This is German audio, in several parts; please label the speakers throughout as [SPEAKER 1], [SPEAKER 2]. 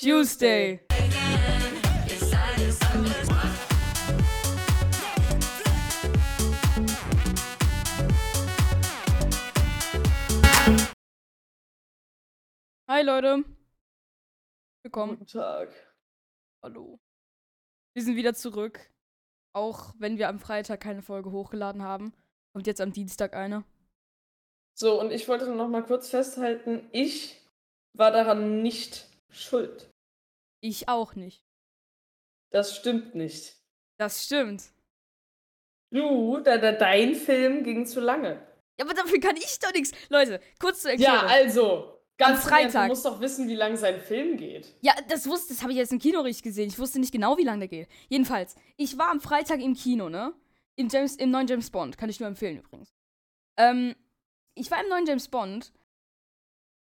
[SPEAKER 1] Tuesday. Hi Leute. Willkommen.
[SPEAKER 2] Guten Tag.
[SPEAKER 1] Hallo. Wir sind wieder zurück. Auch wenn wir am Freitag keine Folge hochgeladen haben, kommt jetzt am Dienstag eine.
[SPEAKER 2] So, und ich wollte nur noch mal kurz festhalten, ich war daran nicht schuld.
[SPEAKER 1] Ich auch nicht.
[SPEAKER 2] Das stimmt nicht.
[SPEAKER 1] Das stimmt.
[SPEAKER 2] Du, da, da dein Film ging zu lange.
[SPEAKER 1] Ja, aber dafür kann ich doch nichts. Leute, kurz zur Erklärung.
[SPEAKER 2] Ja, also, ganz
[SPEAKER 1] Am
[SPEAKER 2] im Ernst,
[SPEAKER 1] Freitag.
[SPEAKER 2] Du musst doch wissen, wie lang sein Film geht.
[SPEAKER 1] Ja, das wusste, das habe ich jetzt im Kino richtig gesehen. Ich wusste nicht genau, wie lange der geht. Jedenfalls, ich war am Freitag im Kino, ne? Im, James, Im neuen James Bond. Kann ich nur empfehlen übrigens. Ähm, ich war im neuen James Bond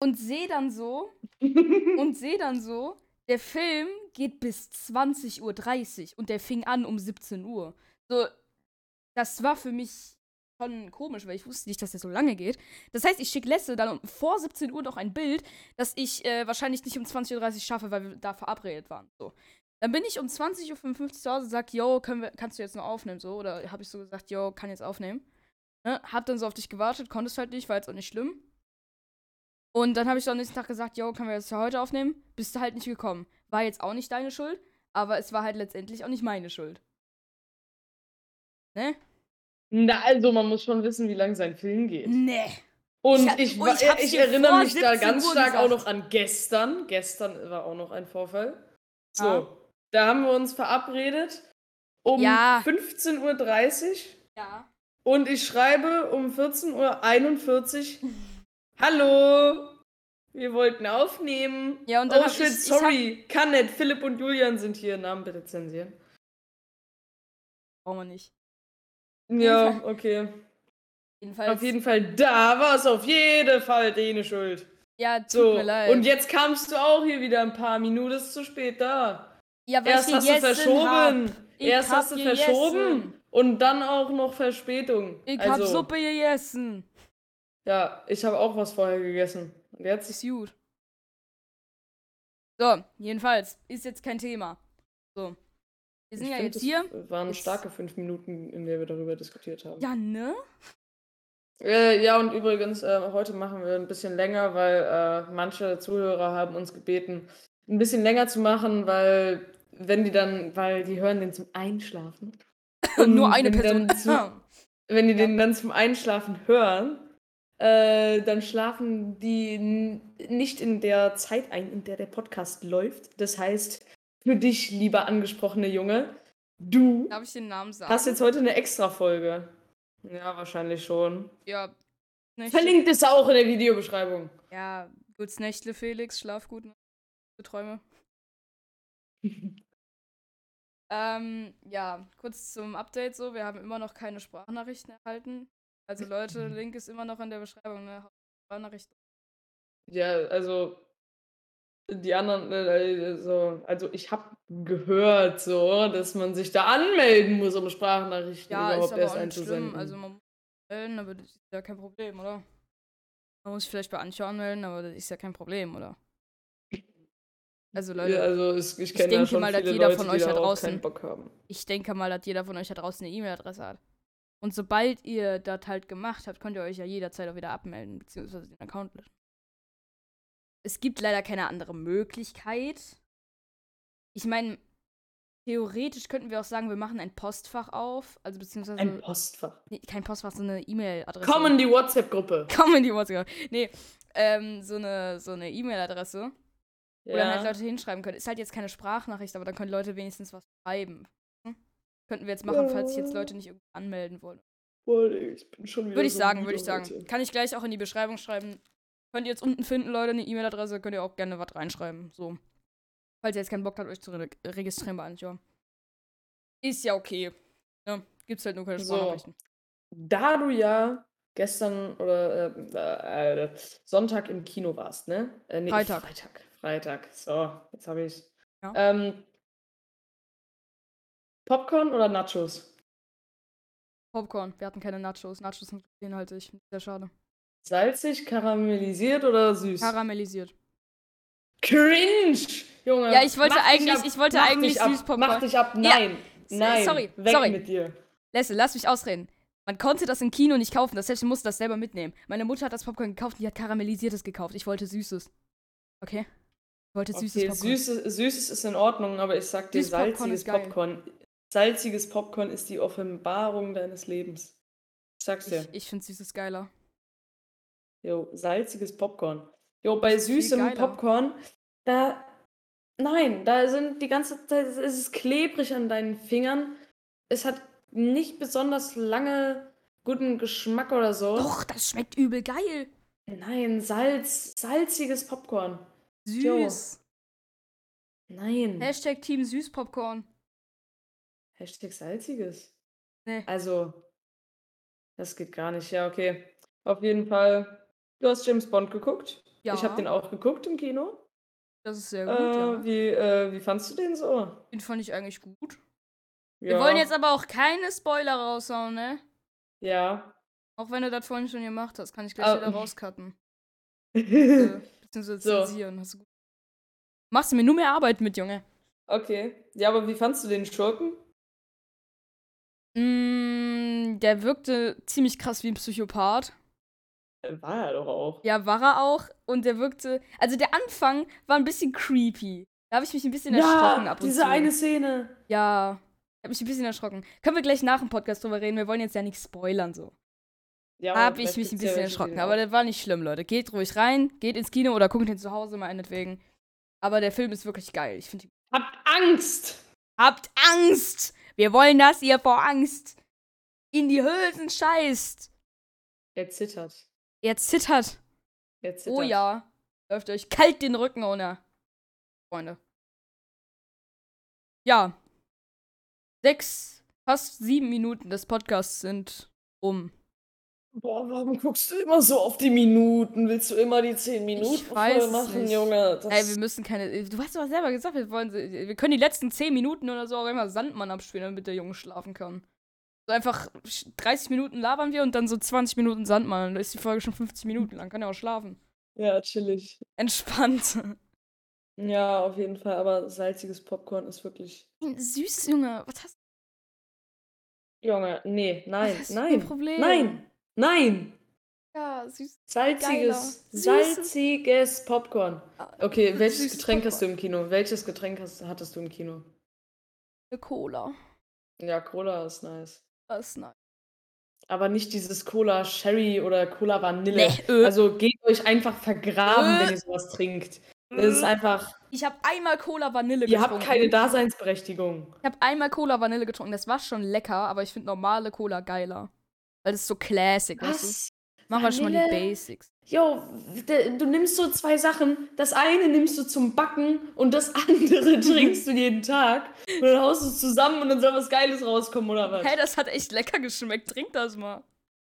[SPEAKER 1] und sehe dann so, und sehe dann so, der Film geht bis 20.30 Uhr und der fing an um 17 Uhr. So, das war für mich schon komisch, weil ich wusste nicht, dass der so lange geht. Das heißt, ich schicke Lesse dann um- vor 17 Uhr noch ein Bild, das ich äh, wahrscheinlich nicht um 20.30 Uhr schaffe, weil wir da verabredet waren. So. Dann bin ich um 20.55 Uhr zu Hause und sag, yo, können wir, kannst du jetzt noch aufnehmen? So, oder habe ich so gesagt, yo, kann jetzt aufnehmen. Ne? Hab dann so auf dich gewartet, konntest halt nicht, war jetzt auch nicht schlimm. Und dann habe ich so am nächsten Tag gesagt, yo, können wir das für heute aufnehmen? Bist du halt nicht gekommen. War jetzt auch nicht deine Schuld, aber es war halt letztendlich auch nicht meine Schuld. Ne?
[SPEAKER 2] Na, also, man muss schon wissen, wie lang sein Film geht.
[SPEAKER 1] Nee.
[SPEAKER 2] Und
[SPEAKER 1] Ich hab-
[SPEAKER 2] ich,
[SPEAKER 1] oh,
[SPEAKER 2] wa-
[SPEAKER 1] ich hab's
[SPEAKER 2] ich
[SPEAKER 1] dir vor
[SPEAKER 2] erinnere mich da
[SPEAKER 1] 17
[SPEAKER 2] ganz
[SPEAKER 1] Uhr
[SPEAKER 2] stark auch
[SPEAKER 1] gesagt.
[SPEAKER 2] noch an gestern. Gestern war auch noch ein Vorfall. So,
[SPEAKER 1] Ja.
[SPEAKER 2] da haben wir uns verabredet um
[SPEAKER 1] Ja.
[SPEAKER 2] 15.30 Uhr.
[SPEAKER 1] Ja.
[SPEAKER 2] Und ich schreibe um 14.41 Uhr. Hallo! Wir wollten aufnehmen.
[SPEAKER 1] Ja, und dann
[SPEAKER 2] oh
[SPEAKER 1] hab
[SPEAKER 2] shit,
[SPEAKER 1] ich- ich hab-
[SPEAKER 2] sorry. Kann nicht. Philipp und Julian sind hier. Namen bitte zensieren.
[SPEAKER 1] Brauchen wir nicht.
[SPEAKER 2] Ja, okay.
[SPEAKER 1] Jedenfalls.
[SPEAKER 2] auf jeden Fall, da war es auf jeden Fall deine Schuld.
[SPEAKER 1] ja, tut
[SPEAKER 2] So.
[SPEAKER 1] mir leid.
[SPEAKER 2] Und jetzt kamst du auch hier wieder ein paar Minuten zu spät da.
[SPEAKER 1] ja, weil
[SPEAKER 2] Erst
[SPEAKER 1] ich
[SPEAKER 2] hast du
[SPEAKER 1] gegessen
[SPEAKER 2] verschoben.
[SPEAKER 1] Hab. Ich
[SPEAKER 2] Erst
[SPEAKER 1] hab
[SPEAKER 2] hast du
[SPEAKER 1] gegessen.
[SPEAKER 2] verschoben. Und dann auch noch Verspätung.
[SPEAKER 1] Ich
[SPEAKER 2] also,
[SPEAKER 1] hab Suppe gegessen.
[SPEAKER 2] Ja, ich habe auch was vorher gegessen. Und jetzt
[SPEAKER 1] Ist gut. So, jedenfalls. Ist jetzt kein Thema. So. Wir sind
[SPEAKER 2] Ich
[SPEAKER 1] ja
[SPEAKER 2] find,
[SPEAKER 1] jetzt hier.
[SPEAKER 2] Das waren
[SPEAKER 1] Ist-
[SPEAKER 2] starke fünf Minuten, in der wir darüber diskutiert haben. Ja,
[SPEAKER 1] Ja, ne?
[SPEAKER 2] äh, ja und übrigens, äh, heute machen wir ein bisschen länger, weil äh, manche Zuhörer haben uns gebeten, ein bisschen länger zu machen, weil wenn die dann, weil die hören den zum Einschlafen. Und
[SPEAKER 1] Nur eine
[SPEAKER 2] wenn die dann
[SPEAKER 1] Person.
[SPEAKER 2] Zu, wenn die den dann zum Einschlafen hören, äh, dann schlafen die n- nicht in der Zeit ein, in der der Podcast läuft. Das heißt, für dich, lieber angesprochene Junge, du
[SPEAKER 1] Darf ich den Namen sagen?
[SPEAKER 2] Hast jetzt heute eine extra Folge? Ja, wahrscheinlich schon.
[SPEAKER 1] Ja. Nächtle.
[SPEAKER 2] Verlinkt ist auch in der Videobeschreibung.
[SPEAKER 1] Ja, gutes Nächtle, Felix. Schlaf gut. ne? Gute Träume. Ähm, ja, kurz zum Update so. Wir haben immer noch keine Sprachnachrichten erhalten. Also Leute, Link ist immer noch in der Beschreibung. Ne? Haut Sprachnachrichten.
[SPEAKER 2] Ja, also die anderen, äh, äh, so, also ich habe gehört, so, dass man sich da anmelden muss, um Sprachnachrichten
[SPEAKER 1] Ja, ist
[SPEAKER 2] überhaupt
[SPEAKER 1] aber
[SPEAKER 2] erst
[SPEAKER 1] auch nicht schlimm.
[SPEAKER 2] einzusenden.
[SPEAKER 1] Also man muss sich melden, aber das ist ja kein Problem, oder? Man muss sich vielleicht bei Anschau anmelden, aber das ist ja kein Problem, oder? Also Leute,
[SPEAKER 2] ja, also es, ich
[SPEAKER 1] ich
[SPEAKER 2] kenne ja
[SPEAKER 1] denke
[SPEAKER 2] schon
[SPEAKER 1] mal, dass
[SPEAKER 2] viele
[SPEAKER 1] jeder
[SPEAKER 2] Leute,
[SPEAKER 1] von
[SPEAKER 2] die
[SPEAKER 1] euch da
[SPEAKER 2] darauf
[SPEAKER 1] draußen- Also
[SPEAKER 2] keinen Bock haben.
[SPEAKER 1] ich denke mal, dass jeder von euch da draußen eine E-Mail-Adresse hat. Und sobald ihr das halt gemacht habt, könnt ihr euch ja jederzeit auch wieder abmelden, beziehungsweise den Account löschen. Es gibt leider keine andere Möglichkeit. Ich meine, theoretisch könnten wir auch sagen, wir machen ein Postfach auf, also beziehungsweise
[SPEAKER 2] Ein Postfach.
[SPEAKER 1] nee, kein Postfach, so eine E-Mail-Adresse.
[SPEAKER 2] Komm in die WhatsApp-Gruppe.
[SPEAKER 1] Kommen die WhatsApp. Nee, ähm, so eine so eine E-Mail-Adresse, wo dann halt Leute hinschreiben können. Ist halt jetzt keine Sprachnachricht, aber dann können Leute wenigstens was schreiben. Hm? Könnten wir jetzt machen, falls sich jetzt
[SPEAKER 2] Ja.
[SPEAKER 1] Leute nicht irgendwie anmelden wollen.
[SPEAKER 2] Boah, ich bin schon wieder
[SPEAKER 1] Würde ich
[SPEAKER 2] so
[SPEAKER 1] sagen,
[SPEAKER 2] müde um
[SPEAKER 1] würde ich sagen.
[SPEAKER 2] heute.
[SPEAKER 1] Kann ich gleich auch in die Beschreibung schreiben. Könnt ihr jetzt unten finden, Leute, eine E-Mail-Adresse, könnt ihr auch gerne was reinschreiben. So. Falls ihr jetzt keinen Bock habt, euch zu re registrieren bei Anchor. Ist ja okay. Ja, gibt's halt nur keine
[SPEAKER 2] So.
[SPEAKER 1] Sprachnachrichten.
[SPEAKER 2] da du ja gestern oder äh, äh, Sonntag im Kino warst, ne? Äh, nee,
[SPEAKER 1] Freitag.
[SPEAKER 2] Freitag. Freitag. So, jetzt habe ich.
[SPEAKER 1] Ja.
[SPEAKER 2] Ähm, Popcorn oder Nachos?
[SPEAKER 1] Popcorn. Wir hatten keine Nachos. Nachos sind inhaltlich. Sehr schade.
[SPEAKER 2] Salzig, karamellisiert oder süß?
[SPEAKER 1] Karamellisiert.
[SPEAKER 2] Cringe! Junge.
[SPEAKER 1] Ja, ich wollte
[SPEAKER 2] mach dich
[SPEAKER 1] eigentlich-
[SPEAKER 2] ab,
[SPEAKER 1] ich wollte
[SPEAKER 2] mach
[SPEAKER 1] eigentlich
[SPEAKER 2] dich ab,
[SPEAKER 1] Süßpopcorn.
[SPEAKER 2] Mach dich ab,
[SPEAKER 1] Ja, äh,
[SPEAKER 2] nein. Nein,
[SPEAKER 1] sorry,
[SPEAKER 2] weg
[SPEAKER 1] sorry.
[SPEAKER 2] mit dir.
[SPEAKER 1] Lasse, lass mich ausreden. Man konnte das im Kino nicht kaufen, das heißt, ich musste das selber mitnehmen. Meine Mutter hat das Popcorn gekauft und die hat karamellisiertes gekauft. Ich wollte süßes. Okay? Ich wollte süßes
[SPEAKER 2] okay,
[SPEAKER 1] Popcorn.
[SPEAKER 2] süßes, süßes ist in Ordnung, aber ich sag dir,
[SPEAKER 1] Süßes Popcorn
[SPEAKER 2] salziges
[SPEAKER 1] ist geil.
[SPEAKER 2] Popcorn. Salziges Popcorn ist die Offenbarung deines Lebens. Ich sag's dir.
[SPEAKER 1] Ich, ich finde süßes geiler.
[SPEAKER 2] Jo, salziges Popcorn. Jo, bei
[SPEAKER 1] ist viel
[SPEAKER 2] süßem
[SPEAKER 1] geiler.
[SPEAKER 2] Popcorn, da. Nein, da sind die ganze Zeit, es ist klebrig an deinen Fingern. Es hat nicht besonders lange guten Geschmack oder so.
[SPEAKER 1] Doch, das schmeckt übel geil.
[SPEAKER 2] Nein, Salz, salziges Popcorn. Jo.
[SPEAKER 1] Süß.
[SPEAKER 2] Nein.
[SPEAKER 1] Hashtag Team Süßpopcorn.
[SPEAKER 2] Hashtag salziges.
[SPEAKER 1] Nee.
[SPEAKER 2] Also, das geht gar nicht. Ja, okay. Auf jeden Fall, du hast James Bond geguckt.
[SPEAKER 1] Ja,
[SPEAKER 2] Ich habe den auch geguckt im Kino.
[SPEAKER 1] das ist sehr
[SPEAKER 2] Äh,
[SPEAKER 1] gut. ja.
[SPEAKER 2] wie, äh, wie fandst du den so?
[SPEAKER 1] Den fand ich eigentlich gut. Wir
[SPEAKER 2] Ja.
[SPEAKER 1] wollen jetzt aber auch keine Spoiler raushauen, ne?
[SPEAKER 2] Ja.
[SPEAKER 1] Auch wenn du das vorhin schon gemacht hast, kann ich gleich
[SPEAKER 2] Ah.
[SPEAKER 1] wieder rauscutten. Äh,
[SPEAKER 2] okay.
[SPEAKER 1] beziehungsweise
[SPEAKER 2] So.
[SPEAKER 1] zensieren. Hast du gut. Machst du mir nur mehr Arbeit mit, Junge.
[SPEAKER 2] Ja, aber wie fandst du den Schurken?
[SPEAKER 1] Mm, der wirkte ziemlich krass wie ein Psychopath.
[SPEAKER 2] Äh, War er doch auch.
[SPEAKER 1] Ja, war er auch. Und der wirkte. Also der Anfang war ein bisschen creepy. Da habe ich mich ein bisschen erschrocken ab und
[SPEAKER 2] diese
[SPEAKER 1] zu.
[SPEAKER 2] eine Szene.
[SPEAKER 1] Ja, ich habe mich ein bisschen erschrocken. Können wir gleich nach dem Podcast drüber reden? Wir wollen jetzt ja nichts spoilern so.
[SPEAKER 2] Ja, aber
[SPEAKER 1] Habe ich
[SPEAKER 2] vielleicht
[SPEAKER 1] mich ein
[SPEAKER 2] gibt's ja
[SPEAKER 1] bisschen
[SPEAKER 2] welche, die
[SPEAKER 1] erschrocken,
[SPEAKER 2] den
[SPEAKER 1] aber
[SPEAKER 2] auch-
[SPEAKER 1] das war nicht schlimm, Leute. Geht ruhig rein, geht ins Kino oder guckt ihn zu Hause meinetwegen. Aber der Film ist wirklich geil. Ich finde,
[SPEAKER 2] Habt Angst!
[SPEAKER 1] habt Angst! Wir wollen, dass ihr vor Angst in die Hülsen scheißt.
[SPEAKER 2] Er zittert.
[SPEAKER 1] Er zittert.
[SPEAKER 2] Er zittert.
[SPEAKER 1] Oh ja. Läuft euch kalt den Rücken ohne. Freunde. Ja. Sechs, fast sieben Minuten des Podcasts sind um.
[SPEAKER 2] Boah, warum guckst du immer so auf die Minuten? Willst du immer die 10 Minuten
[SPEAKER 1] weiß
[SPEAKER 2] voll machen,
[SPEAKER 1] nicht.
[SPEAKER 2] Junge? Das,
[SPEAKER 1] Ey, wir müssen keine. Du hast doch selber gesagt, wir wollen. Wir können die letzten 10 Minuten oder so auch immer Sandmann abspielen, damit der Junge schlafen kann. So einfach sch- 30 Minuten labern wir und dann so 20 Minuten Sandmann. Dann ist die Folge schon 50 Minuten lang. Kann er auch schlafen.
[SPEAKER 2] ja, chillig.
[SPEAKER 1] Entspannt.
[SPEAKER 2] Ja, auf jeden Fall, aber salziges Popcorn ist wirklich.
[SPEAKER 1] Süß, Junge. Was hast
[SPEAKER 2] Junge, nee, nein,
[SPEAKER 1] Das ist
[SPEAKER 2] nein.
[SPEAKER 1] ein Problem.
[SPEAKER 2] Nein, nein.
[SPEAKER 1] du? Ja, süß.
[SPEAKER 2] Salziges,
[SPEAKER 1] Geiler.
[SPEAKER 2] salziges Popcorn. Okay, welches
[SPEAKER 1] Süßes
[SPEAKER 2] Getränk hast du
[SPEAKER 1] Popcorn.
[SPEAKER 2] im Kino? Welches Getränk hast, hattest du im Kino?
[SPEAKER 1] Eine Cola.
[SPEAKER 2] Ja, Cola ist nice.
[SPEAKER 1] Das ist nice.
[SPEAKER 2] Aber nicht dieses Cola Sherry oder Cola Vanille.
[SPEAKER 1] Nee, äh.
[SPEAKER 2] Also geht euch einfach vergraben,
[SPEAKER 1] Äh.
[SPEAKER 2] wenn ihr sowas trinkt. Das ist einfach.
[SPEAKER 1] Ich habe einmal Cola Vanille
[SPEAKER 2] Ihr
[SPEAKER 1] getrunken.
[SPEAKER 2] habt keine Daseinsberechtigung.
[SPEAKER 1] Ich habe einmal Cola Vanille getrunken. Das war schon lecker, aber ich finde normale Cola geiler. Weil das ist so Classic, weißt du? Machen wir schon mal die
[SPEAKER 2] Vanille?
[SPEAKER 1] Basics.
[SPEAKER 2] Jo, d- du nimmst so zwei Sachen. Das eine nimmst du zum Backen und das andere trinkst du jeden Tag. Und dann haust du es zusammen und dann soll was Geiles rauskommen, oder was?
[SPEAKER 1] Hey, das hat echt lecker geschmeckt. Trink das mal.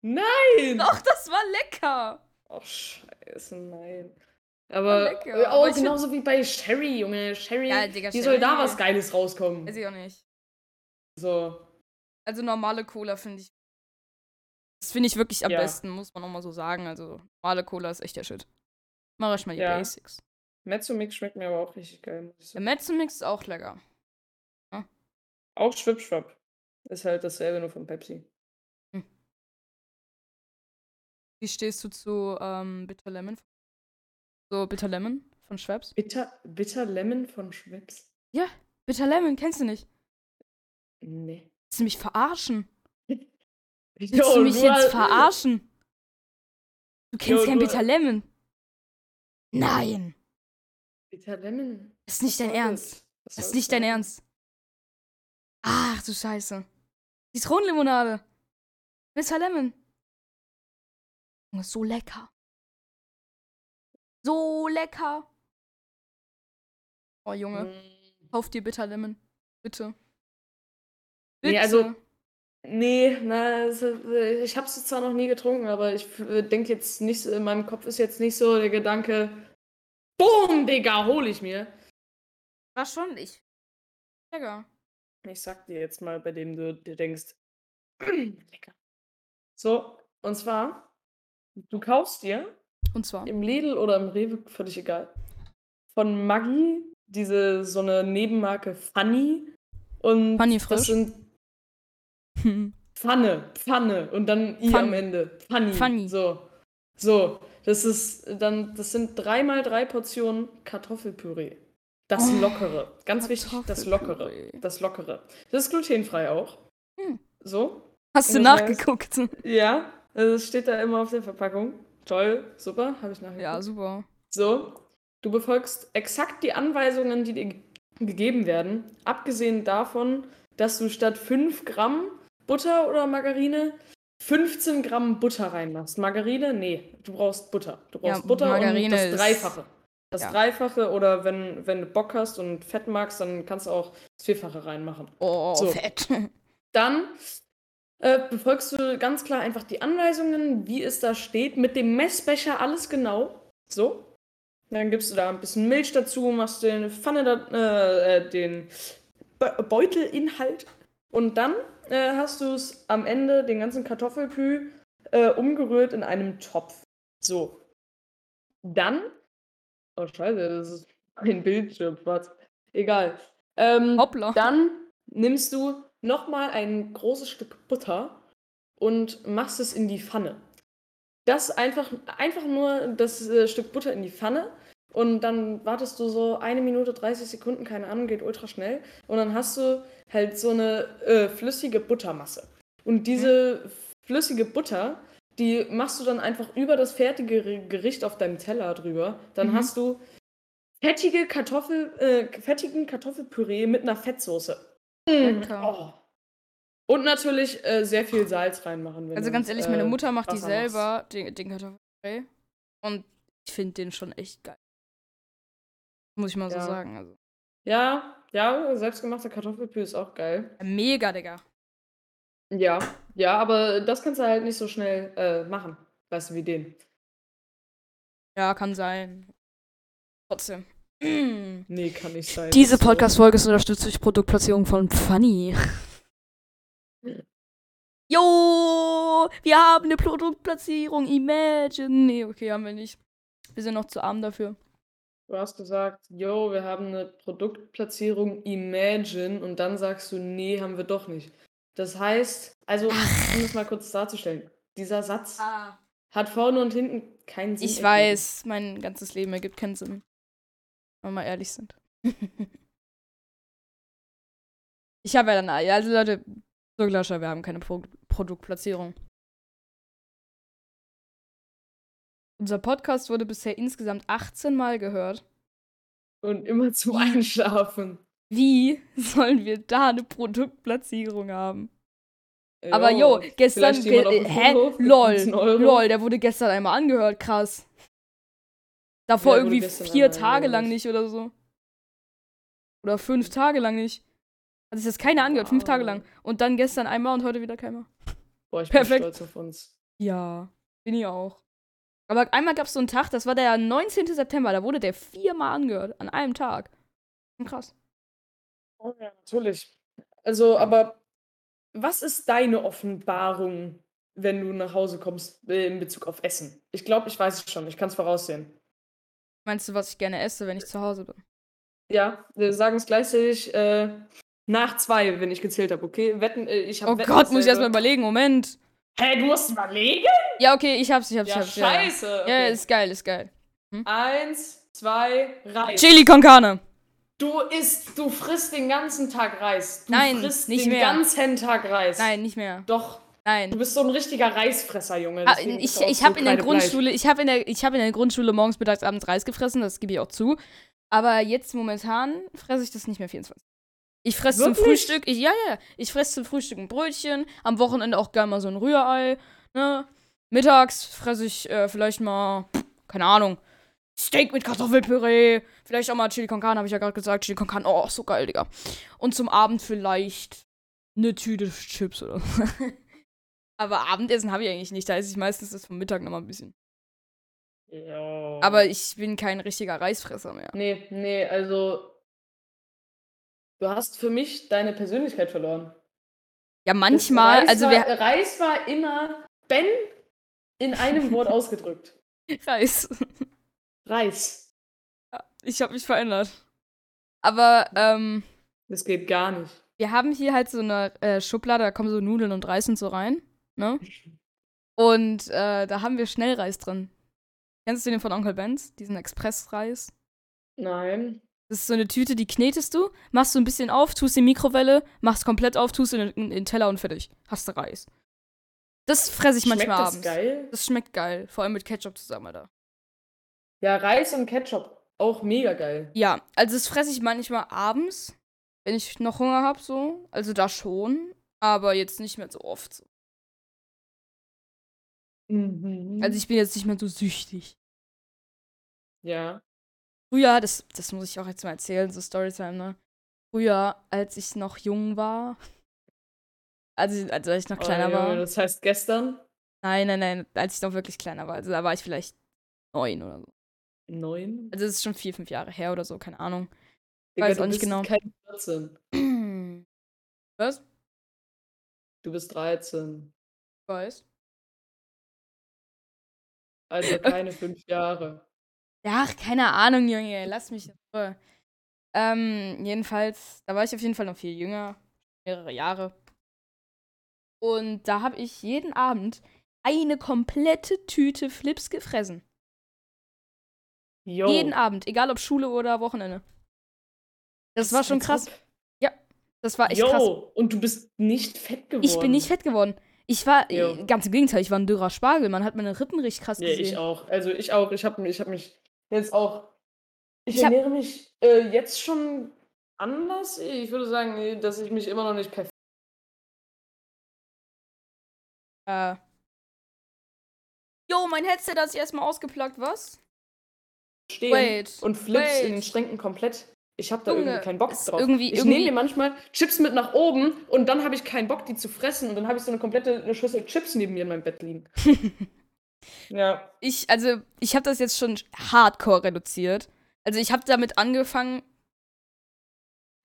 [SPEAKER 2] Nein!
[SPEAKER 1] Doch, das war lecker.
[SPEAKER 2] Oh, scheiße, nein. Aber,
[SPEAKER 1] lecker,
[SPEAKER 2] äh, oh,
[SPEAKER 1] aber ich
[SPEAKER 2] genauso wie bei Sherry, Junge. Sherry, Also
[SPEAKER 1] Ja, Digga,
[SPEAKER 2] wie soll da
[SPEAKER 1] Sherry.
[SPEAKER 2] was Geiles rauskommen?
[SPEAKER 1] Weiß ich auch nicht.
[SPEAKER 2] So.
[SPEAKER 1] Also normale Cola finde ich. Das finde ich wirklich am
[SPEAKER 2] Ja.
[SPEAKER 1] besten, muss man auch mal so sagen. Also normale Cola ist echt der Shit. Mach erst mal die
[SPEAKER 2] Ja.
[SPEAKER 1] Basics.
[SPEAKER 2] Mezzomix schmeckt mir aber auch richtig geil. Muss ich
[SPEAKER 1] Der Mezzo-Mix ist auch lecker.
[SPEAKER 2] Auch Schwipschwapp. Ist halt dasselbe, nur von Pepsi.
[SPEAKER 1] Wie stehst du zu ähm, Bitter Lemon? So, Bitter Lemon von Schwepps?
[SPEAKER 2] Bitter, Bitter Lemon von Schwips?
[SPEAKER 1] Bitter Lemon, kennst du nicht?
[SPEAKER 2] Nee.
[SPEAKER 1] Willst du mich verarschen?
[SPEAKER 2] Willst
[SPEAKER 1] Willst du mich jetzt verarschen? Du kennst
[SPEAKER 2] Jo,
[SPEAKER 1] kein
[SPEAKER 2] du-
[SPEAKER 1] Bitter Lemon? Nein.
[SPEAKER 2] Bitter Lemon.
[SPEAKER 1] Das ist nicht dein
[SPEAKER 2] soll
[SPEAKER 1] Ernst.
[SPEAKER 2] Was
[SPEAKER 1] Das ist
[SPEAKER 2] soll
[SPEAKER 1] nicht dein
[SPEAKER 2] das?
[SPEAKER 1] Ernst. Ach du Scheiße. Zitronenlimonade. Mr. Lemon. Junge, so lecker. So lecker. Oh Junge,
[SPEAKER 2] Mm,
[SPEAKER 1] kauf dir bitter Lemon. Bitte. Bitte.
[SPEAKER 2] Nee, also- Nee, na, es- äh, ich habe es zwar noch nie getrunken, aber ich denke jetzt nicht, so- in meinem Kopf ist jetzt nicht so der Gedanke, boom, Digga, hol ich mir.
[SPEAKER 1] war schon ich. Lecker.
[SPEAKER 2] Ich sag dir jetzt mal, bei dem du dir denkst, lecker. So, und zwar, du kaufst dir
[SPEAKER 1] Und zwar.
[SPEAKER 2] im Lidl oder im Rewe, völlig egal, von Maggi diese so eine Nebenmarke Funny und
[SPEAKER 1] Funny
[SPEAKER 2] das
[SPEAKER 1] frisch.
[SPEAKER 2] sind
[SPEAKER 1] Hm.
[SPEAKER 2] Pfanne, Pfanne und dann i
[SPEAKER 1] Fun-
[SPEAKER 2] am Ende. Pfanni.
[SPEAKER 1] Funny.
[SPEAKER 2] So. So, das ist dann das sind dreimal drei Portionen Kartoffelpüree. Das
[SPEAKER 1] Oh,
[SPEAKER 2] lockere, ganz wichtig, das lockere,
[SPEAKER 1] Kartoffelpüree.
[SPEAKER 2] das lockere. Das ist glutenfrei auch.
[SPEAKER 1] Hm.
[SPEAKER 2] So?
[SPEAKER 1] Hast du
[SPEAKER 2] Und das heißt-
[SPEAKER 1] nachgeguckt?
[SPEAKER 2] Ja, also das steht da immer auf der Verpackung. Toll, super, habe ich nachher.
[SPEAKER 1] Ja, super.
[SPEAKER 2] So, du befolgst exakt die Anweisungen, die dir ge- gegeben werden, abgesehen davon, dass du statt 5 Gramm Butter oder Margarine 15 Gramm Butter reinmachst. Margarine? Nee, du brauchst Butter. Du brauchst
[SPEAKER 1] Ja,
[SPEAKER 2] Butter
[SPEAKER 1] Margarine
[SPEAKER 2] und das
[SPEAKER 1] ist-
[SPEAKER 2] Dreifache. Das
[SPEAKER 1] ja.
[SPEAKER 2] Dreifache oder wenn, wenn du Bock hast und Fett magst, dann kannst du auch das Vierfache reinmachen.
[SPEAKER 1] Oh,
[SPEAKER 2] So.
[SPEAKER 1] fett.
[SPEAKER 2] Dann äh, befolgst du ganz klar einfach die Anweisungen, wie es da steht, mit dem Messbecher alles genau. So. Dann gibst du da ein bisschen Milch dazu, machst den Pfanne da, äh, äh, den Be Beutelinhalt und dann äh, hast du es am Ende den ganzen Kartoffelpü äh, umgerührt in einem Topf. So. Dann. Oh Scheiße, das ist ein Bildschirm, was? Egal. Ähm,
[SPEAKER 1] Hoppla.
[SPEAKER 2] dann nimmst du nochmal ein großes Stück Butter und machst es in die Pfanne. Das einfach, einfach nur das äh, Stück Butter in die Pfanne und dann wartest du so eine Minute, 30 Sekunden, keine Ahnung, geht ultra schnell. Und dann hast du halt so eine äh, flüssige Buttermasse. Und diese flüssige Butter, die machst du dann einfach über das fertige Re- Gericht auf deinem Teller drüber. Dann
[SPEAKER 1] Mhm.
[SPEAKER 2] hast du fettige Kartoffel, äh, fettigen Kartoffelpüree mit einer Fettsoße. Mm,
[SPEAKER 1] Mhm. Lecker.
[SPEAKER 2] Oh. Und natürlich äh, sehr viel Salz reinmachen. wenn
[SPEAKER 1] Also
[SPEAKER 2] du,
[SPEAKER 1] ganz ehrlich,
[SPEAKER 2] äh,
[SPEAKER 1] meine Mutter macht die
[SPEAKER 2] Wasser machst.
[SPEAKER 1] selber, den, den Kartoffelpüree. Und ich finde den schon echt geil. Muss ich mal so
[SPEAKER 2] Ja.
[SPEAKER 1] sagen. Also.
[SPEAKER 2] Ja, ja, selbstgemachter Kartoffelpüree ist auch geil.
[SPEAKER 1] Mega, Digga.
[SPEAKER 2] Ja, ja, aber das kannst du halt nicht so schnell äh, machen. Weißt du, wie den.
[SPEAKER 1] Ja, kann sein. Trotzdem.
[SPEAKER 2] Nee, kann nicht sein.
[SPEAKER 1] Diese
[SPEAKER 2] So.
[SPEAKER 1] Podcast-Folge ist unterstützt durch Produktplatzierung von Funny. Jo, wir haben eine Produktplatzierung. Imagine. Nee, okay, haben wir nicht. Wir sind noch zu arm dafür.
[SPEAKER 2] Du hast gesagt, yo, wir haben eine Produktplatzierung Imagine und dann sagst du, nee, haben wir doch nicht. Das heißt, also, um das mal kurz darzustellen, dieser Satz
[SPEAKER 1] Ah.
[SPEAKER 2] hat vorne und hinten keinen Sinn.
[SPEAKER 1] Ich
[SPEAKER 2] ergeben.
[SPEAKER 1] weiß, mein ganzes Leben ergibt keinen Sinn. Wenn wir mal ehrlich sind. ich habe ja dann. Also, Leute, so Glascher, wir haben keine Pro Produktplatzierung. Unser Podcast wurde bisher insgesamt 18 Mal gehört.
[SPEAKER 2] Und immer zum Einschlafen.
[SPEAKER 1] Wie sollen wir da eine Produktplatzierung haben?
[SPEAKER 2] Jo,
[SPEAKER 1] Aber jo, gestern.
[SPEAKER 2] vielleicht jemand
[SPEAKER 1] Ge äh,
[SPEAKER 2] auf dem
[SPEAKER 1] hä?
[SPEAKER 2] Schulhof mit
[SPEAKER 1] Lol.
[SPEAKER 2] 15 Euro.
[SPEAKER 1] Lol, der wurde gestern einmal angehört, krass. Davor
[SPEAKER 2] Ja, wurde
[SPEAKER 1] irgendwie
[SPEAKER 2] gestern
[SPEAKER 1] vier
[SPEAKER 2] einmal
[SPEAKER 1] Tage lang
[SPEAKER 2] angehört.
[SPEAKER 1] nicht oder so. Oder fünf Tage lang nicht. Hat sich das keiner angehört, fünf Tage lang. Und dann gestern einmal und heute wieder keiner.
[SPEAKER 2] Boah, ich
[SPEAKER 1] Perfekt.
[SPEAKER 2] bin stolz auf uns.
[SPEAKER 1] Ja, bin ich auch. Aber einmal gab es so einen Tag, das war der 19. September, da wurde der viermal angehört, an einem Tag. Schon Krass.
[SPEAKER 2] Oh ja, natürlich. Also, aber was ist deine Offenbarung, wenn du nach Hause kommst äh, in Bezug auf Essen? Ich glaube, ich weiß es schon. Ich kann es voraussehen.
[SPEAKER 1] Meinst du, was ich gerne esse, wenn ich zu Hause bin?
[SPEAKER 2] Ja, wir sagen es gleichzeitig äh, nach zwei, wenn ich gezählt habe, okay? Wetten, äh, ich habe
[SPEAKER 1] Oh Gott, muss ich erstmal überlegen, Moment.
[SPEAKER 2] Hä, du musst überlegen?
[SPEAKER 1] Ja, okay, ich hab's, ich hab's,
[SPEAKER 2] Ja,
[SPEAKER 1] ich hab's. ja, ja.
[SPEAKER 2] scheiße. Okay.
[SPEAKER 1] ja, ist geil, ist geil.
[SPEAKER 2] Eins, zwei, Reis.
[SPEAKER 1] Chili con carne.
[SPEAKER 2] Du isst, du frisst den ganzen Tag Reis. Du
[SPEAKER 1] Nein,
[SPEAKER 2] frisst
[SPEAKER 1] nicht
[SPEAKER 2] den
[SPEAKER 1] mehr.
[SPEAKER 2] ganzen Tag Reis.
[SPEAKER 1] Nein, nicht mehr.
[SPEAKER 2] Doch,
[SPEAKER 1] Nein.
[SPEAKER 2] du bist so ein richtiger Reisfresser, Junge.
[SPEAKER 1] Ah,
[SPEAKER 2] Deswegen
[SPEAKER 1] ich
[SPEAKER 2] isst du auch
[SPEAKER 1] ich
[SPEAKER 2] so
[SPEAKER 1] habe in der
[SPEAKER 2] kleine Fleisch.
[SPEAKER 1] Grundschule, ich habe in der ich habe in der Grundschule morgens, mittags, abends Reis gefressen, das gebe ich auch zu. Aber jetzt momentan fresse ich das nicht mehr 24. Ich fresse zum
[SPEAKER 2] Wirklich?
[SPEAKER 1] Frühstück, ich, ja, ja, ich fresse zum Frühstück ein Brötchen, am Wochenende auch gerne mal so ein Rührei, ne? Mittags fresse ich äh, vielleicht mal, pff, keine Ahnung, Steak mit Kartoffelpüree, vielleicht auch mal Chili con carne, habe ich ja gerade gesagt, Chili con carne, oh, so geil, Digga. Und zum Abend vielleicht eine Tüte Chips oder so. Aber Abendessen habe ich eigentlich nicht. Da esse ich meistens das vom Mittag nochmal ein bisschen.
[SPEAKER 2] Ja.
[SPEAKER 1] Aber ich bin kein richtiger Reisfresser mehr.
[SPEAKER 2] Nee, nee, also. Du hast für mich deine Persönlichkeit verloren.
[SPEAKER 1] Ja, manchmal,
[SPEAKER 2] Reis
[SPEAKER 1] also
[SPEAKER 2] war,
[SPEAKER 1] wir
[SPEAKER 2] Reis war immer Ben in einem Wort ausgedrückt.
[SPEAKER 1] Reis.
[SPEAKER 2] Reis.
[SPEAKER 1] Ich habe mich verändert. Aber ähm,
[SPEAKER 2] Das geht gar nicht.
[SPEAKER 1] wir haben hier halt so eine äh, Schublade, da kommen so Nudeln und Reis und so rein. Ne? Und äh, da haben wir Schnellreis drin. Kennst du den von Onkel Benz? Diesen Expressreis?
[SPEAKER 2] Nein.
[SPEAKER 1] Das ist so eine Tüte, die knetest du, machst du ein bisschen auf, tust die Mikrowelle, machst komplett auf, tust in, in, in den Teller und fertig. Hast du Reis. Das fresse ich manchmal
[SPEAKER 2] das
[SPEAKER 1] abends.
[SPEAKER 2] geil?
[SPEAKER 1] Das schmeckt geil. Vor allem mit Ketchup zusammen, Alter.
[SPEAKER 2] Ja, Reis und Ketchup. Auch mega geil.
[SPEAKER 1] Ja, also das fresse ich manchmal abends, wenn ich noch Hunger habe, so. Also da schon, aber jetzt nicht mehr so oft.
[SPEAKER 2] Mhm.
[SPEAKER 1] Also ich bin jetzt nicht mehr so süchtig.
[SPEAKER 2] ja.
[SPEAKER 1] Früher, das, das muss ich auch jetzt mal erzählen, so Storytime, ne? Früher, als ich noch jung war, also, also als ich noch kleiner
[SPEAKER 2] Oh, Junge,
[SPEAKER 1] war.
[SPEAKER 2] Das heißt gestern
[SPEAKER 1] Nein, nein, nein, als ich noch wirklich kleiner war. Also da war ich vielleicht neun oder so.
[SPEAKER 2] neun.
[SPEAKER 1] Also das ist schon vier, fünf Jahre her oder so, keine Ahnung. weiß
[SPEAKER 2] du
[SPEAKER 1] auch nicht
[SPEAKER 2] bist
[SPEAKER 1] genau.
[SPEAKER 2] Kein 14.
[SPEAKER 1] Was?
[SPEAKER 2] Du bist 13.
[SPEAKER 1] Ich weiß.
[SPEAKER 2] Also keine fünf Jahre.
[SPEAKER 1] Ach, keine Ahnung, Junge, lass mich in Ruhe. Ähm, jedenfalls, da war ich auf jeden Fall noch viel jünger, mehrere Jahre. Und da habe ich jeden Abend eine komplette Tüte Flips gefressen.
[SPEAKER 2] Yo.
[SPEAKER 1] Jeden Abend, egal ob Schule oder Wochenende. Das war schon krass. Das war echt
[SPEAKER 2] Yo,
[SPEAKER 1] krass.
[SPEAKER 2] und du bist nicht fett geworden.
[SPEAKER 1] Ich bin nicht fett geworden. Ich war,
[SPEAKER 2] Jo.
[SPEAKER 1] äh, ganz im Gegenteil, ich war ein dürrer Spargel. Man hat meine Rippen richtig krass
[SPEAKER 2] Nee,
[SPEAKER 1] gesehen.
[SPEAKER 2] ich auch. Also ich auch. Ich habe ich hab mich jetzt auch. Ich,
[SPEAKER 1] Ich hab-
[SPEAKER 2] ernähre mich äh, jetzt schon anders. Ich würde sagen, äh, dass ich mich immer noch nicht perfekt.
[SPEAKER 1] Äh. Jo, mein Headset hat sich erstmal ausgeplagt, was?
[SPEAKER 2] stehen
[SPEAKER 1] Wait,
[SPEAKER 2] und Flips in den
[SPEAKER 1] wait.
[SPEAKER 2] Schränken komplett. Ich habe da
[SPEAKER 1] Junge,
[SPEAKER 2] irgendwie keinen Bock
[SPEAKER 1] ist
[SPEAKER 2] drauf.
[SPEAKER 1] irgendwie-
[SPEAKER 2] ich
[SPEAKER 1] irgendwie-
[SPEAKER 2] nehme mir manchmal Chips mit nach oben und dann habe ich keinen Bock, die zu fressen. Und dann habe ich so eine komplette eine Schüssel Chips neben mir in meinem Bett liegen. ja.
[SPEAKER 1] ich, also, ich habe das jetzt schon hardcore reduziert. Also, ich habe damit angefangen.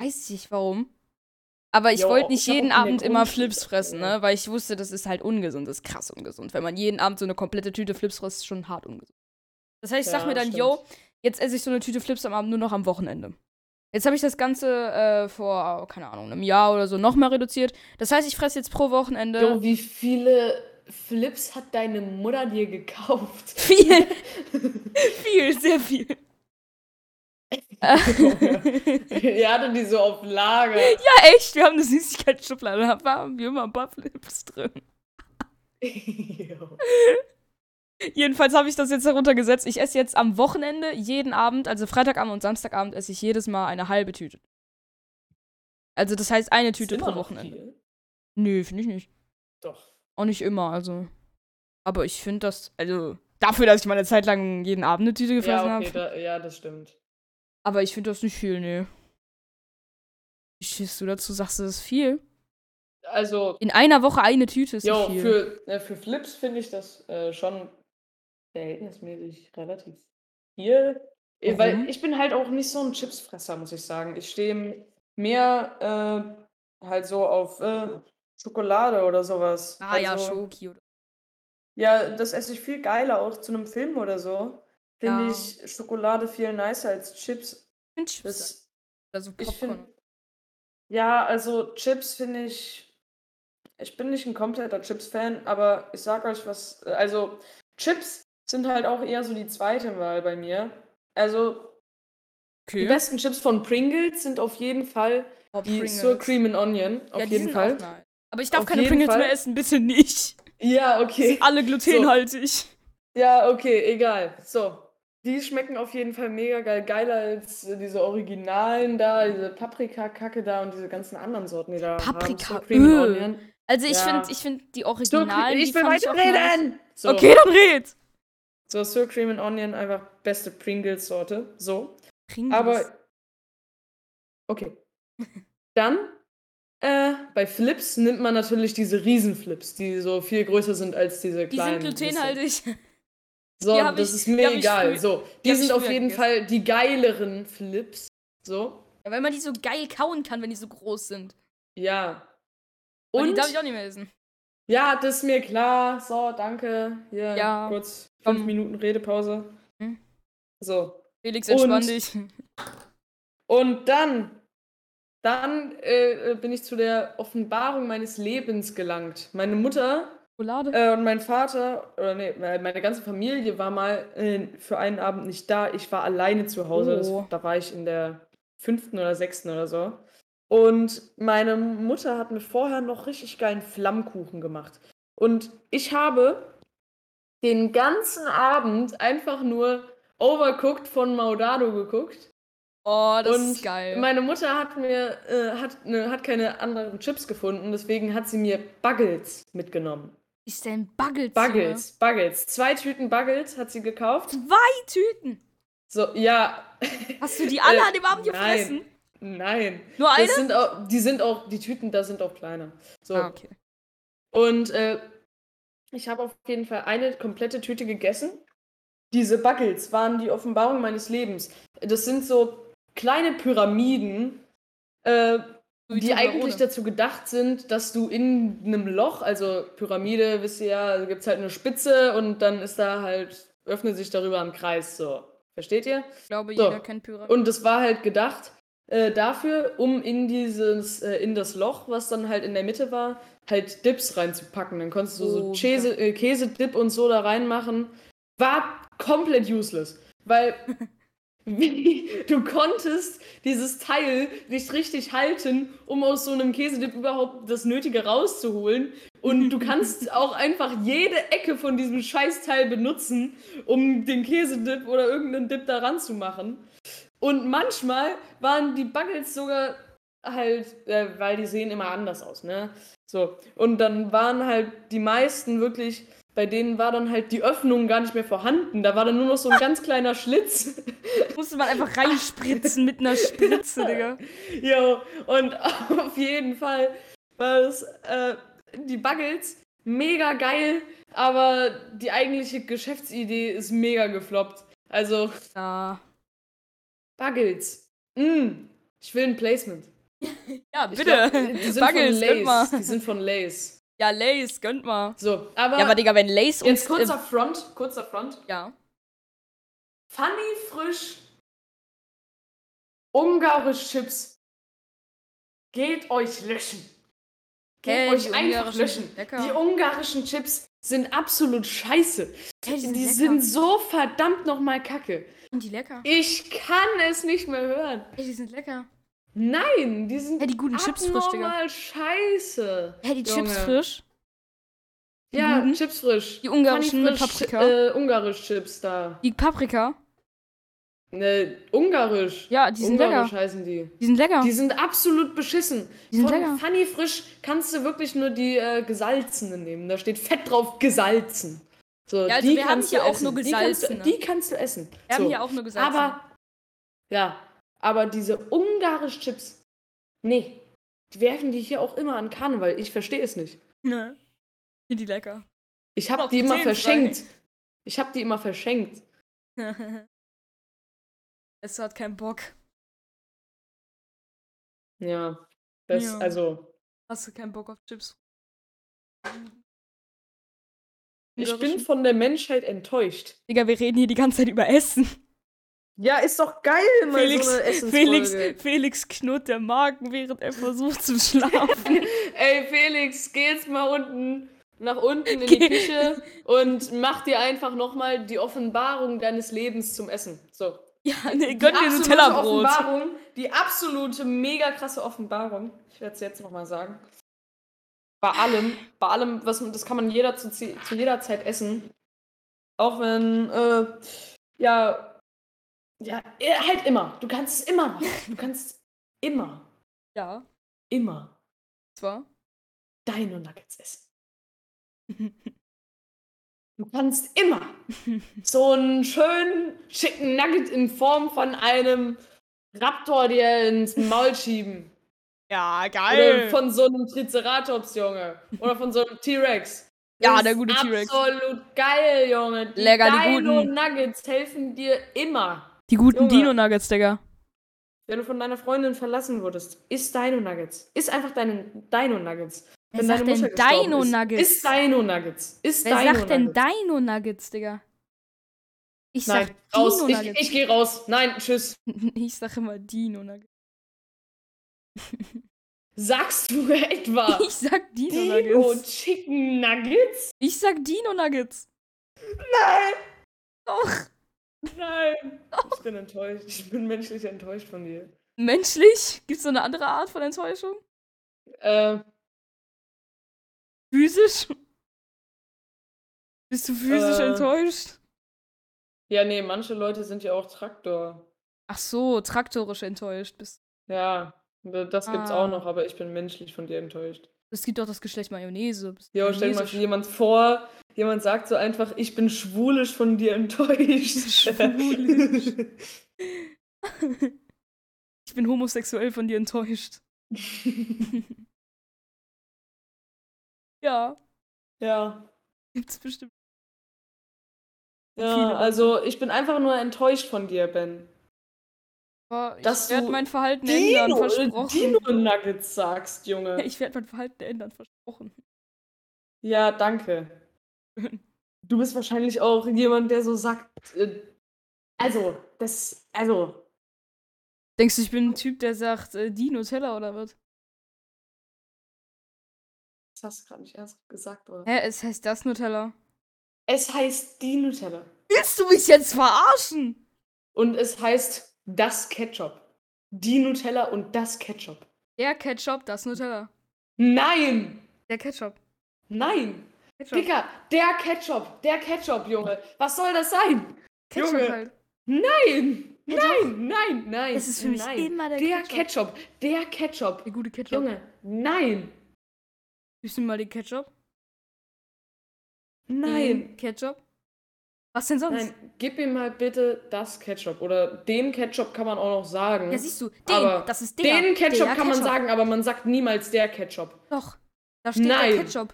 [SPEAKER 1] Weiß ich nicht warum. Aber ich
[SPEAKER 2] Jo,
[SPEAKER 1] wollte nicht
[SPEAKER 2] ich hab
[SPEAKER 1] jeden
[SPEAKER 2] auch in der
[SPEAKER 1] Abend immer
[SPEAKER 2] Grundschule-
[SPEAKER 1] Flips fressen,
[SPEAKER 2] ja.
[SPEAKER 1] ne? Weil ich wusste, das ist halt ungesund, das ist krass ungesund. Wenn man jeden Abend so eine komplette Tüte Flips frisst, ist schon hart ungesund. Das heißt, ich sag
[SPEAKER 2] Ja,
[SPEAKER 1] mir dann,
[SPEAKER 2] stimmt.
[SPEAKER 1] yo, jetzt esse ich so eine Tüte Flips am Abend nur noch am Wochenende. Jetzt habe ich das Ganze äh, vor, keine Ahnung, einem Jahr oder so nochmal reduziert. Das heißt, ich fresse jetzt pro Wochenende.
[SPEAKER 2] Jo, wie viele Flips hat deine Mutter dir gekauft?
[SPEAKER 1] Viel. viel, sehr viel.
[SPEAKER 2] Die hatte die so auf Lager.
[SPEAKER 1] Ja, echt, wir haben eine Süßigkeitsschublade. Da haben wir immer ein paar Flips drin.
[SPEAKER 2] Jo.
[SPEAKER 1] Jedenfalls habe ich das jetzt heruntergesetzt. Ich esse jetzt am Wochenende jeden Abend, also Freitagabend und Samstagabend, esse ich jedes Mal eine halbe Tüte. Also, das heißt eine Tüte
[SPEAKER 2] Ist immer
[SPEAKER 1] pro
[SPEAKER 2] noch
[SPEAKER 1] Wochenende.
[SPEAKER 2] viel.
[SPEAKER 1] Nö, finde ich nicht.
[SPEAKER 2] Doch.
[SPEAKER 1] Auch nicht immer, also. Aber ich finde das, also, dafür, dass ich mal eine Zeit lang jeden Abend eine Tüte gefressen
[SPEAKER 2] Ja,
[SPEAKER 1] habe.
[SPEAKER 2] okay, da, ja, das stimmt.
[SPEAKER 1] Aber ich finde das nicht viel, nee. Wie stehst du dazu? Sagst du, das ist viel?
[SPEAKER 2] Also,
[SPEAKER 1] In einer Woche eine Tüte ist
[SPEAKER 2] jo,
[SPEAKER 1] nicht viel.
[SPEAKER 2] für, äh, für Flips finde ich das äh, schon verhältnismäßig relativ viel.
[SPEAKER 1] Warum?
[SPEAKER 2] Äh, Weil ich bin halt auch nicht so ein Chipsfresser, muss ich sagen. Ich stehe mehr äh, halt so auf äh, Schokolade oder sowas.
[SPEAKER 1] ah ja,
[SPEAKER 2] Also-
[SPEAKER 1] Schoki oder
[SPEAKER 2] Ja, das esse ich viel geiler, auch zu einem Film oder so. Finde
[SPEAKER 1] Ja.
[SPEAKER 2] ich Schokolade viel nicer als Chips.
[SPEAKER 1] Ich find Chips
[SPEAKER 2] Das,
[SPEAKER 1] oder so
[SPEAKER 2] ich
[SPEAKER 1] also Popcorn.
[SPEAKER 2] finde. Ja, also Chips finde ich. Ich bin nicht ein kompletter Chips-Fan, aber ich sag euch was. Also, Chips sind halt auch eher so die zweite Wahl bei mir. Also, die
[SPEAKER 1] okay.
[SPEAKER 2] besten Chips von Pringles sind auf jeden Fall
[SPEAKER 1] Oh,
[SPEAKER 2] die
[SPEAKER 1] Pringles.
[SPEAKER 2] Sour Cream and Onion. Auf
[SPEAKER 1] ja, die
[SPEAKER 2] jeden
[SPEAKER 1] sind
[SPEAKER 2] Fall.
[SPEAKER 1] Auch nice. Aber ich darf
[SPEAKER 2] Auf
[SPEAKER 1] keine
[SPEAKER 2] jeden
[SPEAKER 1] Pringles
[SPEAKER 2] Fall.
[SPEAKER 1] mehr essen, bitte nicht.
[SPEAKER 2] Ja,
[SPEAKER 1] Die
[SPEAKER 2] okay.
[SPEAKER 1] sind alle glutenhaltig.
[SPEAKER 2] Ja, okay, egal. So. Die schmecken auf jeden Fall mega geil. Geiler als äh, diese Originalen da, diese Paprika-Kacke da und diese ganzen anderen Sorten, die da haben.
[SPEAKER 1] Paprika,
[SPEAKER 2] Sour Cream and
[SPEAKER 1] öh.
[SPEAKER 2] Onion.
[SPEAKER 1] Also ich
[SPEAKER 2] Ja.
[SPEAKER 1] finde ich find die
[SPEAKER 2] Sour Cream-
[SPEAKER 1] Originalen,
[SPEAKER 2] ich
[SPEAKER 1] die
[SPEAKER 2] will
[SPEAKER 1] fand ich auch nice.
[SPEAKER 2] weiterreden! So.
[SPEAKER 1] Okay, dann red.
[SPEAKER 2] So, Sour Cream and Onion, einfach beste Pringles-Sorte. So.
[SPEAKER 1] Pringles.
[SPEAKER 2] Aber. Okay. Dann. Äh, bei Flips nimmt man natürlich diese Riesenflips, die so viel größer sind als diese
[SPEAKER 1] die sind
[SPEAKER 2] kleinen. bisschen.
[SPEAKER 1] glutenhaltig.
[SPEAKER 2] So,
[SPEAKER 1] Die hab
[SPEAKER 2] das
[SPEAKER 1] ich-
[SPEAKER 2] ist
[SPEAKER 1] die
[SPEAKER 2] mir
[SPEAKER 1] hab ich
[SPEAKER 2] egal.
[SPEAKER 1] früh-
[SPEAKER 2] So,
[SPEAKER 1] die
[SPEAKER 2] die,
[SPEAKER 1] hab ich
[SPEAKER 2] sind auf
[SPEAKER 1] früher
[SPEAKER 2] jeden
[SPEAKER 1] gegessen.
[SPEAKER 2] Fall die geileren Flips. So,
[SPEAKER 1] Ja, weil man die so geil kauen kann, wenn die so groß sind.
[SPEAKER 2] ja.
[SPEAKER 1] Und die
[SPEAKER 2] Und
[SPEAKER 1] darf ich auch nicht mehr essen.
[SPEAKER 2] ja, das ist mir klar. So, danke. Hier
[SPEAKER 1] Ja,
[SPEAKER 2] kurz
[SPEAKER 1] komm.
[SPEAKER 2] fünf Minuten Redepause.
[SPEAKER 1] Hm.
[SPEAKER 2] So.
[SPEAKER 1] Felix,
[SPEAKER 2] Und-
[SPEAKER 1] entspann dich.
[SPEAKER 2] Und dann, dann äh, bin ich zu der Offenbarung meines Lebens gelangt. Meine Mutter
[SPEAKER 1] Schokolade.
[SPEAKER 2] äh, und mein Vater, oder nee, me- meine ganze Familie war mal äh, für einen Abend nicht da. Ich war alleine zu Hause.
[SPEAKER 1] Oh.
[SPEAKER 2] Das, da war ich in der fünften oder sechsten oder so. Und meine Mutter hat mir vorher noch richtig geilen Flammkuchen gemacht. Und ich habe den ganzen Abend einfach nur Overcooked von Maudado geguckt.
[SPEAKER 1] oh, das
[SPEAKER 2] Und
[SPEAKER 1] ist geil.
[SPEAKER 2] Meine Mutter hat mir äh, hat, ne, hat keine anderen Chips gefunden, deswegen hat sie mir Buggles mitgenommen.
[SPEAKER 1] ist denn Buggles? Junge?
[SPEAKER 2] Buggles, Buggles. Zwei Tüten Buggles hat sie gekauft.
[SPEAKER 1] Zwei Tüten.
[SPEAKER 2] So, ja,
[SPEAKER 1] Hast du die alle
[SPEAKER 2] Äh,
[SPEAKER 1] an dem Abend
[SPEAKER 2] nein.
[SPEAKER 1] gefressen?
[SPEAKER 2] nein.
[SPEAKER 1] Nur eine?
[SPEAKER 2] Das sind auch, die sind auch, die Tüten da sind auch kleiner. So.
[SPEAKER 1] Ah, okay.
[SPEAKER 2] Und äh, ich habe auf jeden Fall eine komplette Tüte gegessen. Diese Buggles waren die Offenbarung meines Lebens. Das sind so kleine Pyramiden, äh,
[SPEAKER 1] So wie
[SPEAKER 2] die
[SPEAKER 1] Toblerone.
[SPEAKER 2] eigentlich dazu gedacht sind, dass du in einem Loch, also Pyramide, wisst ihr ja, gibt es halt eine Spitze und dann ist da halt, öffnet sich darüber ein Kreis, so. Versteht ihr?
[SPEAKER 1] Ich glaube,
[SPEAKER 2] So.
[SPEAKER 1] jeder kennt Pyramiden.
[SPEAKER 2] Und das war halt gedacht äh, dafür, um in dieses, äh, in das Loch, was dann halt in der Mitte war, halt Dips reinzupacken. Dann konntest du
[SPEAKER 1] Oh,
[SPEAKER 2] so Käse, äh, Käse-Dip und so da reinmachen. War komplett useless. Weil wie, du konntest dieses Teil nicht richtig halten, um aus so einem Käsedip überhaupt das Nötige rauszuholen. Und du kannst auch einfach jede Ecke von diesem Scheißteil benutzen, um den Käsedip oder irgendeinen Dip da ranzumachen. Und manchmal waren die Buggles sogar halt, äh, weil die sehen immer anders aus, ne? So. Und dann waren halt die meisten wirklich, bei denen war dann halt die Öffnung gar nicht mehr vorhanden. Da war dann nur noch so ein ganz kleiner Schlitz.
[SPEAKER 1] Musste man einfach reinspritzen mit einer Spritze, Digga.
[SPEAKER 2] Jo, und auf jeden Fall war es äh, die Buggles mega geil, aber die eigentliche Geschäftsidee ist mega gefloppt. Also
[SPEAKER 1] Ja.
[SPEAKER 2] Buggles. Mm, ich will ein Placement.
[SPEAKER 1] Ja,
[SPEAKER 2] Ich
[SPEAKER 1] bitte.
[SPEAKER 2] glaub, die sind
[SPEAKER 1] Buggles, gönnt
[SPEAKER 2] von
[SPEAKER 1] mal.
[SPEAKER 2] Lays. Die sind von Lays.
[SPEAKER 1] Ja, Lays, gönnt mal.
[SPEAKER 2] So, aber,
[SPEAKER 1] Ja, aber Digga, wenn Lays uns.
[SPEAKER 2] jetzt kurzer Front, kurzer Front.
[SPEAKER 1] ja.
[SPEAKER 2] Funny frisch ungarisch Chips. Geht euch löschen. Geht
[SPEAKER 1] Hey, die
[SPEAKER 2] euch einfach
[SPEAKER 1] ungarischen
[SPEAKER 2] löschen.
[SPEAKER 1] lecker.
[SPEAKER 2] Die ungarischen Chips sind absolut scheiße.
[SPEAKER 1] Hey,
[SPEAKER 2] Die,
[SPEAKER 1] sind lecker.
[SPEAKER 2] sind so verdammt nochmal kacke.
[SPEAKER 1] Und die lecker.
[SPEAKER 2] Ich kann es nicht mehr hören.
[SPEAKER 1] Hey, die sind lecker.
[SPEAKER 2] Nein, die sind
[SPEAKER 1] Hey, die guten Chips frisch, Digga.
[SPEAKER 2] abnormal scheiße.
[SPEAKER 1] Hey, die Chips
[SPEAKER 2] Junge.
[SPEAKER 1] frisch. Die
[SPEAKER 2] Ja,
[SPEAKER 1] guten?
[SPEAKER 2] Chips frisch.
[SPEAKER 1] Die ungarischen
[SPEAKER 2] Funny
[SPEAKER 1] mit
[SPEAKER 2] frisch,
[SPEAKER 1] Paprika?
[SPEAKER 2] Äh, ungarisch Chips da.
[SPEAKER 1] Die Paprika.
[SPEAKER 2] Ne, ungarisch.
[SPEAKER 1] Ja, die sind
[SPEAKER 2] ungarisch
[SPEAKER 1] lecker.
[SPEAKER 2] heißen die.
[SPEAKER 1] Die sind lecker.
[SPEAKER 2] Die sind absolut beschissen.
[SPEAKER 1] Die sind
[SPEAKER 2] Von
[SPEAKER 1] lecker.
[SPEAKER 2] Funny Frisch kannst du wirklich nur die äh, gesalzenen nehmen. Da steht fett drauf gesalzen. So,
[SPEAKER 1] Ja, also
[SPEAKER 2] die
[SPEAKER 1] wir haben
[SPEAKER 2] kannst
[SPEAKER 1] hier
[SPEAKER 2] du
[SPEAKER 1] auch
[SPEAKER 2] essen.
[SPEAKER 1] nur
[SPEAKER 2] Die
[SPEAKER 1] gesalzene.
[SPEAKER 2] kannst du, die kannst du essen.
[SPEAKER 1] Wir haben
[SPEAKER 2] so.
[SPEAKER 1] hier auch nur gesagt.
[SPEAKER 2] aber ja, aber diese ungarisch Chips, nee, die werfen die hier auch immer an Karneval. Ich verstehe es nicht.
[SPEAKER 1] Ne. Sind die lecker.
[SPEAKER 2] Ich
[SPEAKER 1] Doch,
[SPEAKER 2] habe die immer
[SPEAKER 1] zehn
[SPEAKER 2] verschenkt. Ich habe die immer verschenkt.
[SPEAKER 1] es hat keinen Bock.
[SPEAKER 2] Ja, das
[SPEAKER 1] Ja.
[SPEAKER 2] also.
[SPEAKER 1] Hast du keinen Bock auf Chips?
[SPEAKER 2] Ich bin von der Menschheit enttäuscht.
[SPEAKER 1] Digga, wir reden hier die ganze Zeit über Essen.
[SPEAKER 2] Ja, ist doch geil, mal
[SPEAKER 1] Felix,
[SPEAKER 2] so eine
[SPEAKER 1] Felix,
[SPEAKER 2] Essensfolge.
[SPEAKER 1] Felix knurrt der Magen, während er versucht zu schlafen.
[SPEAKER 2] Ey, Felix, geh jetzt mal unten nach unten in
[SPEAKER 1] Geh.
[SPEAKER 2] die Küche und mach dir einfach nochmal die Offenbarung deines Lebens zum Essen. So.
[SPEAKER 1] ja, ne,
[SPEAKER 2] Die
[SPEAKER 1] gönn dir
[SPEAKER 2] absolute
[SPEAKER 1] Nutella-Brot.
[SPEAKER 2] Offenbarung, die absolute mega krasse Offenbarung, ich werde es jetzt nochmal sagen. Bei allem, bei allem, was man- das kann man jeder zu, zie- zu jeder Zeit essen. Auch wenn, äh, ja, ja, eh, halt immer. Du kannst es immer machen. Du kannst immer,
[SPEAKER 1] Ja,
[SPEAKER 2] immer
[SPEAKER 1] zwar.
[SPEAKER 2] deine Nuggets essen. Du kannst immer so einen schönen schicken Nugget in Form von einem Raptor dir ins Maul schieben.
[SPEAKER 1] Ja,
[SPEAKER 2] Oder
[SPEAKER 1] geil.
[SPEAKER 2] von so einem Triceratops, Junge. Oder von so einem T-Rex.
[SPEAKER 1] Ja,
[SPEAKER 2] Das
[SPEAKER 1] der
[SPEAKER 2] ist
[SPEAKER 1] gute T-Rex.
[SPEAKER 2] Absolut geil, Junge. Die
[SPEAKER 1] Lecker, die
[SPEAKER 2] Dino
[SPEAKER 1] guten.
[SPEAKER 2] Nuggets helfen dir immer.
[SPEAKER 1] die guten
[SPEAKER 2] Junge.
[SPEAKER 1] Dino-Nuggets, Digga.
[SPEAKER 2] Wenn du von deiner Freundin verlassen wurdest, isst Dino Nuggets. Isst einfach deine Dino Nuggets.
[SPEAKER 1] Wer
[SPEAKER 2] Wenn
[SPEAKER 1] sagt
[SPEAKER 2] deine Mutter
[SPEAKER 1] denn
[SPEAKER 2] gestorben
[SPEAKER 1] Dino
[SPEAKER 2] ist,
[SPEAKER 1] Nuggets?
[SPEAKER 2] Isst Dino Nuggets. Isst
[SPEAKER 1] Wer
[SPEAKER 2] Dino
[SPEAKER 1] sagt denn
[SPEAKER 2] Nuggets.
[SPEAKER 1] Dino-Nuggets, Digga? Ich
[SPEAKER 2] Nein,
[SPEAKER 1] sag
[SPEAKER 2] raus. Ich,
[SPEAKER 1] Dino-Nuggets.
[SPEAKER 2] ich gehe raus. Nein, tschüss.
[SPEAKER 1] ich sag immer Dino-Nuggets.
[SPEAKER 2] Sagst du etwa
[SPEAKER 1] Ich sag
[SPEAKER 2] Dino
[SPEAKER 1] Dino-Nuggets.
[SPEAKER 2] Chicken Nuggets?
[SPEAKER 1] Ich sag Dino-Nuggets.
[SPEAKER 2] Nein,
[SPEAKER 1] Och,
[SPEAKER 2] nein. Ich bin enttäuscht. Ich bin menschlich enttäuscht von dir.
[SPEAKER 1] menschlich? Gibt's noch eine andere Art von Enttäuschung?
[SPEAKER 2] Äh,
[SPEAKER 1] Physisch? Bist du physisch
[SPEAKER 2] Äh.
[SPEAKER 1] enttäuscht?
[SPEAKER 2] ja, nee, manche Leute sind ja auch Traktor.
[SPEAKER 1] Ach so, traktorisch enttäuscht bist du.
[SPEAKER 2] Ja, d- das gibt's
[SPEAKER 1] Ah.
[SPEAKER 2] auch noch, aber ich bin menschlich von dir enttäuscht.
[SPEAKER 1] Es gibt doch das Geschlecht Mayonnaise. Bist du
[SPEAKER 2] Ja, stell dir mal
[SPEAKER 1] mayonnaisisch?
[SPEAKER 2] jemand vor, jemand sagt so einfach, ich bin schwulisch von dir enttäuscht.
[SPEAKER 1] Schwulisch. Ich bin homosexuell von dir enttäuscht. Ja,
[SPEAKER 2] ja.
[SPEAKER 1] gibt's bestimmt. Viele
[SPEAKER 2] Ja,
[SPEAKER 1] Leute.
[SPEAKER 2] also ich bin einfach nur enttäuscht von dir, Ben.
[SPEAKER 1] Aber ich
[SPEAKER 2] Dass
[SPEAKER 1] werde
[SPEAKER 2] du
[SPEAKER 1] mein Verhalten ändern,
[SPEAKER 2] Dino, äh,
[SPEAKER 1] versprochen.
[SPEAKER 2] Dino-Nuggets sagst, Junge.
[SPEAKER 1] Ich werde mein Verhalten ändern, versprochen.
[SPEAKER 2] Ja, danke. Du bist wahrscheinlich auch jemand, der so sagt, äh, also, das, also,
[SPEAKER 1] Denkst du, ich bin ein Typ, der sagt, äh, Dino Teller oder was?
[SPEAKER 2] das hast du gerade nicht ernst gesagt, oder?
[SPEAKER 1] Hä, es heißt das Nutella.
[SPEAKER 2] Es heißt die Nutella.
[SPEAKER 1] Willst du mich jetzt verarschen?
[SPEAKER 2] Und es heißt das Ketchup. Die Nutella und das Ketchup.
[SPEAKER 1] Der Ketchup, das Nutella.
[SPEAKER 2] Nein!
[SPEAKER 1] Der Ketchup.
[SPEAKER 2] Nein!
[SPEAKER 1] Ketchup,
[SPEAKER 2] Digga, der Ketchup, der Ketchup, Junge. Was soll das sein?
[SPEAKER 1] Ketchup
[SPEAKER 2] Junge.
[SPEAKER 1] halt.
[SPEAKER 2] Nein! Nein, nein, nein.
[SPEAKER 1] Es ist für mich
[SPEAKER 2] nein.
[SPEAKER 1] immer der
[SPEAKER 2] der
[SPEAKER 1] Ketchup.
[SPEAKER 2] Ketchup. Der Ketchup.
[SPEAKER 1] Der gute Ketchup. Junge.
[SPEAKER 2] Junge, nein.
[SPEAKER 1] Gibst du mir mal den Ketchup?
[SPEAKER 2] Nein.
[SPEAKER 1] Den Ketchup? Was denn sonst?
[SPEAKER 2] Nein, gib mir mal bitte das Ketchup. Oder den Ketchup kann man auch noch sagen.
[SPEAKER 1] Ja, siehst du, den,
[SPEAKER 2] Aber
[SPEAKER 1] das ist der.
[SPEAKER 2] den Ketchup
[SPEAKER 1] der
[SPEAKER 2] kann man sagen, aber man sagt niemals der Ketchup.
[SPEAKER 1] Doch, da steht
[SPEAKER 2] Nein.
[SPEAKER 1] der Ketchup.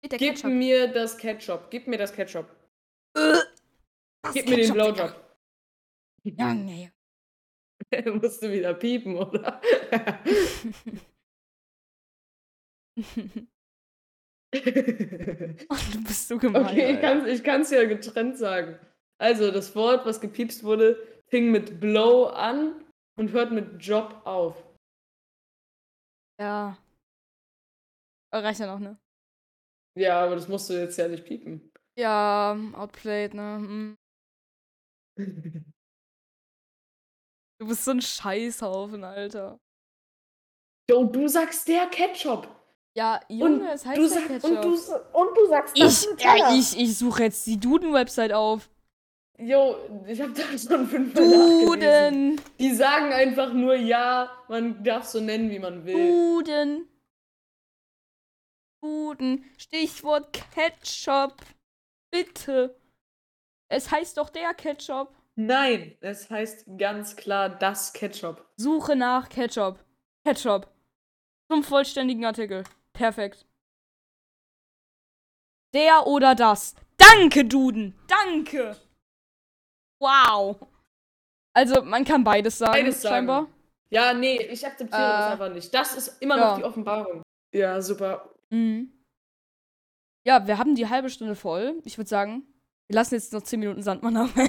[SPEAKER 1] Steht der
[SPEAKER 2] Gib
[SPEAKER 1] Ketchup.
[SPEAKER 2] mir das Ketchup. Gib mir das Ketchup.
[SPEAKER 1] Das
[SPEAKER 2] Gib mir den
[SPEAKER 1] Ketchup, Digga.
[SPEAKER 2] Blowjob.
[SPEAKER 1] Junge, Junge.
[SPEAKER 2] Musst du wieder piepen, oder?
[SPEAKER 1] Oh, du bist so gemein.
[SPEAKER 2] okay, ich
[SPEAKER 1] Alter.
[SPEAKER 2] kann's- ich kann es ja getrennt sagen. Also, das Wort, was gepiepst wurde, fing mit Blow an und hört mit Job auf.
[SPEAKER 1] Ja. Aber Reicht ja noch, ne?
[SPEAKER 2] Ja, aber das musst du jetzt ja nicht piepen.
[SPEAKER 1] Ja, outplayed, ne? Mm. Du bist so ein Scheißhaufen, Alter.
[SPEAKER 2] Jo, du sagst der Ketchup.
[SPEAKER 1] Ja,
[SPEAKER 2] Und
[SPEAKER 1] Junge, es heißt
[SPEAKER 2] du
[SPEAKER 1] der
[SPEAKER 2] sag,
[SPEAKER 1] Ketchup.
[SPEAKER 2] und, du, sa- und du sagst das
[SPEAKER 1] ich, ja, ich, ich suche jetzt die Duden-Website auf.
[SPEAKER 2] Jo, ich habe da schon fünfmal nachgelesen.
[SPEAKER 1] Duden!
[SPEAKER 2] Die sagen einfach nur ja, man darf so nennen, wie man will.
[SPEAKER 1] Duden! Duden! Stichwort Ketchup! Bitte! Es heißt doch der Ketchup.
[SPEAKER 2] Nein, es heißt ganz klar das Ketchup.
[SPEAKER 1] Suche nach Ketchup. Ketchup. Zum vollständigen Artikel. Perfekt. Der oder das. Danke, Duden. Danke. Wow. Also, man kann beides sagen,
[SPEAKER 2] Beides sagen.
[SPEAKER 1] scheinbar.
[SPEAKER 2] Ja, nee, ich akzeptiere
[SPEAKER 1] Äh,
[SPEAKER 2] das einfach nicht. Das ist immer
[SPEAKER 1] ja.
[SPEAKER 2] noch die Offenbarung. Ja, super.
[SPEAKER 1] Mhm. Ja, wir haben die halbe Stunde voll. Ich würde sagen, wir lassen jetzt noch 10 Minuten Sandmann ab. das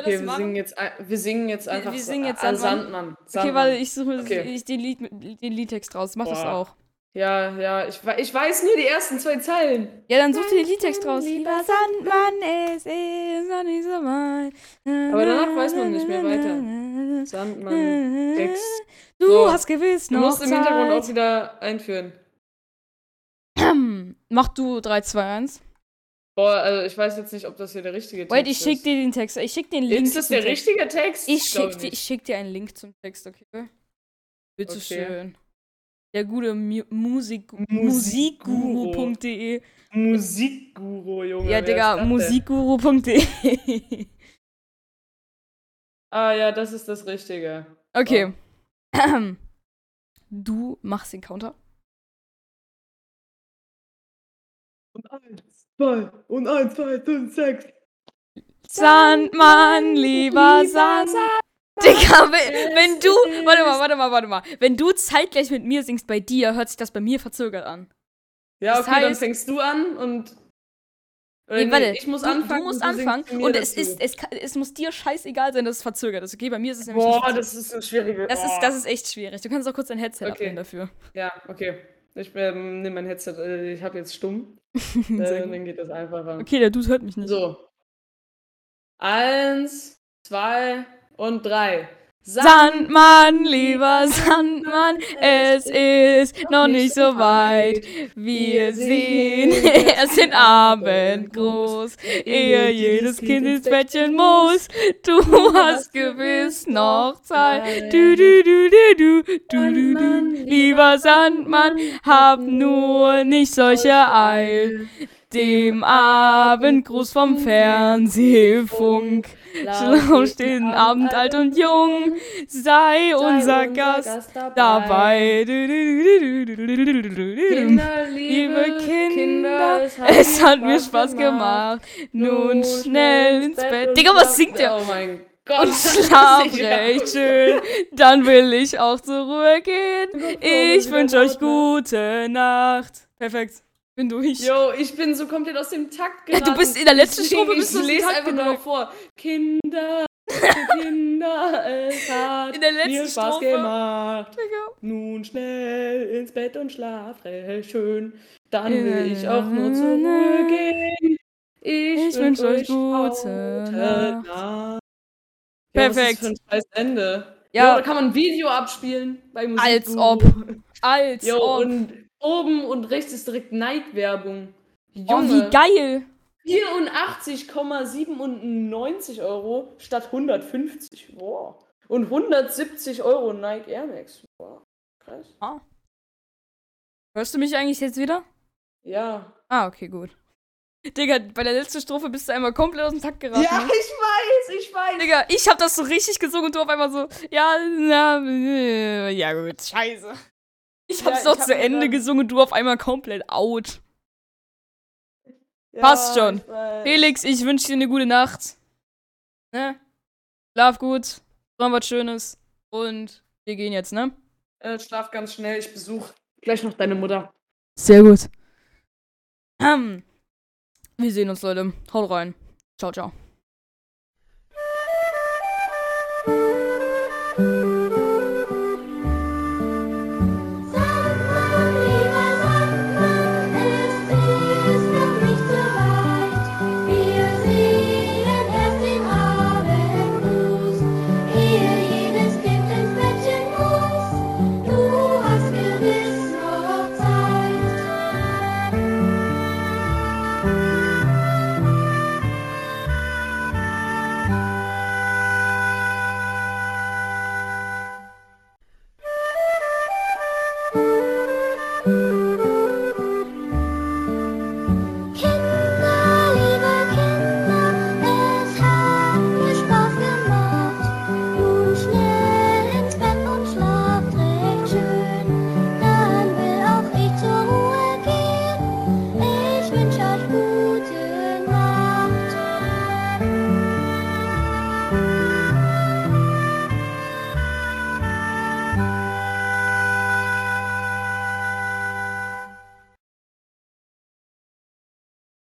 [SPEAKER 2] Okay, wir
[SPEAKER 1] machen?
[SPEAKER 2] singen, jetzt, ein- wir singen jetzt
[SPEAKER 1] Wir-
[SPEAKER 2] einfach
[SPEAKER 1] wir
[SPEAKER 2] so-
[SPEAKER 1] singen jetzt
[SPEAKER 2] ah,
[SPEAKER 1] Sandmann.
[SPEAKER 2] Sandmann.
[SPEAKER 1] Okay,
[SPEAKER 2] Sandmann.
[SPEAKER 1] weil ich suche mir
[SPEAKER 2] Okay.
[SPEAKER 1] ich den, Lied, den Liedtext raus. Mach das
[SPEAKER 2] Boah.
[SPEAKER 1] auch.
[SPEAKER 2] Ja, ja, ich, we- ich weiß nur die ersten zwei Zeilen.
[SPEAKER 1] Ja, dann such dir den Liedtext raus.
[SPEAKER 2] Lieber
[SPEAKER 1] Sandmann, es ist noch nicht so weit.
[SPEAKER 2] Aber danach weiß man nicht mehr
[SPEAKER 1] weiter.
[SPEAKER 2] Sandmann. Text.
[SPEAKER 1] Du
[SPEAKER 2] So.
[SPEAKER 1] hast gewiss
[SPEAKER 2] Du
[SPEAKER 1] Hm, noch
[SPEAKER 2] musst im Hintergrund auch
[SPEAKER 1] Zeit.
[SPEAKER 2] wieder einführen.
[SPEAKER 1] Mach du 3, 2, 1.
[SPEAKER 2] Boah, also ich weiß jetzt nicht, ob das hier der richtige Text
[SPEAKER 1] Wait, ich schick
[SPEAKER 2] ist.
[SPEAKER 1] dir den Text. Ich schick den Link.
[SPEAKER 2] Ist das
[SPEAKER 1] zum
[SPEAKER 2] der
[SPEAKER 1] Text.
[SPEAKER 2] richtige Text?
[SPEAKER 1] Ich
[SPEAKER 2] glaube
[SPEAKER 1] schick, dir,
[SPEAKER 2] nicht.
[SPEAKER 1] ich schick dir einen Link zum Text, okay? Bitte
[SPEAKER 2] Okay.
[SPEAKER 1] schön. Der gute Mu Musik
[SPEAKER 2] Musikguru.
[SPEAKER 1] Musikguru.de.
[SPEAKER 2] Musikguru, Junge.
[SPEAKER 1] E. Ja,
[SPEAKER 2] wer ist das
[SPEAKER 1] Digga,
[SPEAKER 2] denn?
[SPEAKER 1] Musikguru.de.
[SPEAKER 2] Ah ja, das ist das Richtige.
[SPEAKER 1] Okay.
[SPEAKER 2] Ah.
[SPEAKER 1] Du machst den Counter.
[SPEAKER 2] Und eins, zwei, und eins, zwei, fünf, sechs.
[SPEAKER 1] Sandmann, lieber
[SPEAKER 2] lieber
[SPEAKER 1] Sand.
[SPEAKER 2] Sandmann,
[SPEAKER 1] Digga, wenn,
[SPEAKER 2] es
[SPEAKER 1] wenn du.
[SPEAKER 2] ist-
[SPEAKER 1] Warte mal, warte mal, warte mal. Wenn du zeitgleich mit mir singst bei dir, hört sich das bei mir verzögert an.
[SPEAKER 2] Ja,
[SPEAKER 1] Das
[SPEAKER 2] okay, dann
[SPEAKER 1] heißt-
[SPEAKER 2] fängst du an und Oder äh, nee,
[SPEAKER 1] warte,
[SPEAKER 2] ich muss
[SPEAKER 1] du,
[SPEAKER 2] anfangen.
[SPEAKER 1] Du musst
[SPEAKER 2] singst
[SPEAKER 1] anfangen.
[SPEAKER 2] zu mir
[SPEAKER 1] Und es,
[SPEAKER 2] dazu.
[SPEAKER 1] ist, es, kann, es muss dir scheißegal sein, dass es verzögert ist. Okay, bei mir ist es nämlich nicht
[SPEAKER 2] Boah,
[SPEAKER 1] verzögert.
[SPEAKER 2] das ist eine schwierige.
[SPEAKER 1] das, ist,
[SPEAKER 2] Boah.
[SPEAKER 1] das ist echt schwierig. Du kannst auch kurz dein Headset
[SPEAKER 2] Okay.
[SPEAKER 1] abnehmen dafür.
[SPEAKER 2] Ja, okay. Ich ähm, nehme mein Headset. Äh, ich habe jetzt stumm.
[SPEAKER 1] Sehr
[SPEAKER 2] Äh,
[SPEAKER 1] gut.
[SPEAKER 2] dann geht das einfacher.
[SPEAKER 1] okay, der Dude hört mich nicht.
[SPEAKER 2] So. Eins, zwei und drei.
[SPEAKER 1] Sandmann, lieber Sandmann, es ist noch nicht so weit. Wir sehen erst den Abend groß, ehe jedes Kind ins Bettchen muss. Du hast gewiss noch Zeit. Du, du, du, du, du, du, du, du. Lieber Sandmann, hab nur nicht solche Eil. Dem Abendgruß vom Fernsehfunk. Lauscht den Abend alt und jung, sei unser Gast dabei. Du, du, du, du, du, du, du, du, du, du.
[SPEAKER 2] Kinder,
[SPEAKER 1] Liebe Kinder,
[SPEAKER 2] es hat,
[SPEAKER 1] es hat mir Spaß gemacht. Nun schnell ins Bett. Digga, was singt der?
[SPEAKER 2] Oh mein Gott.
[SPEAKER 1] Und schlaf recht schön, dann will ich auch zur Ruhe gehen. Ich wünsche euch gute Nacht. Perfekt, bin durch.
[SPEAKER 2] Jo, ich bin so komplett aus dem Takt geraten.
[SPEAKER 1] Du bist in der letzten Strophe,
[SPEAKER 2] ich
[SPEAKER 1] bist du aus dem
[SPEAKER 2] lese
[SPEAKER 1] Takt
[SPEAKER 2] einfach nur
[SPEAKER 1] gegangen.
[SPEAKER 2] noch vor. Kinder, Kinder, es hat
[SPEAKER 1] In der letzten
[SPEAKER 2] mir Spaß
[SPEAKER 1] Strophe.
[SPEAKER 2] gemacht.
[SPEAKER 1] Digga.
[SPEAKER 2] Nun schnell ins Bett und schlaf recht schön. Dann will ich auch nur zur Ruhe gehen. Ich,
[SPEAKER 1] Ich wünsch euch gute Nacht.
[SPEAKER 2] Nacht.
[SPEAKER 1] Perfekt.
[SPEAKER 2] Ja, was ist das für ein scheiß Ende.
[SPEAKER 1] Ja.
[SPEAKER 2] Jo, da kann man ein Video abspielen bei Musik.
[SPEAKER 1] Als ob. Als
[SPEAKER 2] Jo,
[SPEAKER 1] ob.
[SPEAKER 2] und oben und rechts ist direkt Nike-Werbung.
[SPEAKER 1] Oh,
[SPEAKER 2] Junge.
[SPEAKER 1] wie geil.
[SPEAKER 2] 84,97 Euro statt 150. Wow. Und 170 Euro Nike Air Max. Wow. Krass.
[SPEAKER 1] Hörst du mich eigentlich jetzt wieder?
[SPEAKER 2] Ja.
[SPEAKER 1] Ah, okay, gut. Digga, bei der letzten Strophe bist du einmal komplett aus dem Takt geraten. ne?
[SPEAKER 2] Ja, ich weiß, ich weiß.
[SPEAKER 1] Digga, ich hab das so richtig gesungen und du auf einmal so, ja, na, äh, ja gut, scheiße. Ich hab's
[SPEAKER 2] Ja,
[SPEAKER 1] doch
[SPEAKER 2] ich hab
[SPEAKER 1] zu
[SPEAKER 2] mir
[SPEAKER 1] Ende
[SPEAKER 2] dann-
[SPEAKER 1] gesungen und du auf einmal komplett out.
[SPEAKER 2] Ja,
[SPEAKER 1] Passt schon.
[SPEAKER 2] ich weiß.
[SPEAKER 1] Felix, ich wünsche dir eine gute Nacht. Ne? Schlaf gut, träum was Schönes und wir gehen jetzt, ne?
[SPEAKER 2] Äh, schlaf ganz schnell, ich besuche gleich noch deine Mutter.
[SPEAKER 1] Sehr gut. Ähm, wir sehen uns, Leute. Haut rein. Ciao, ciao.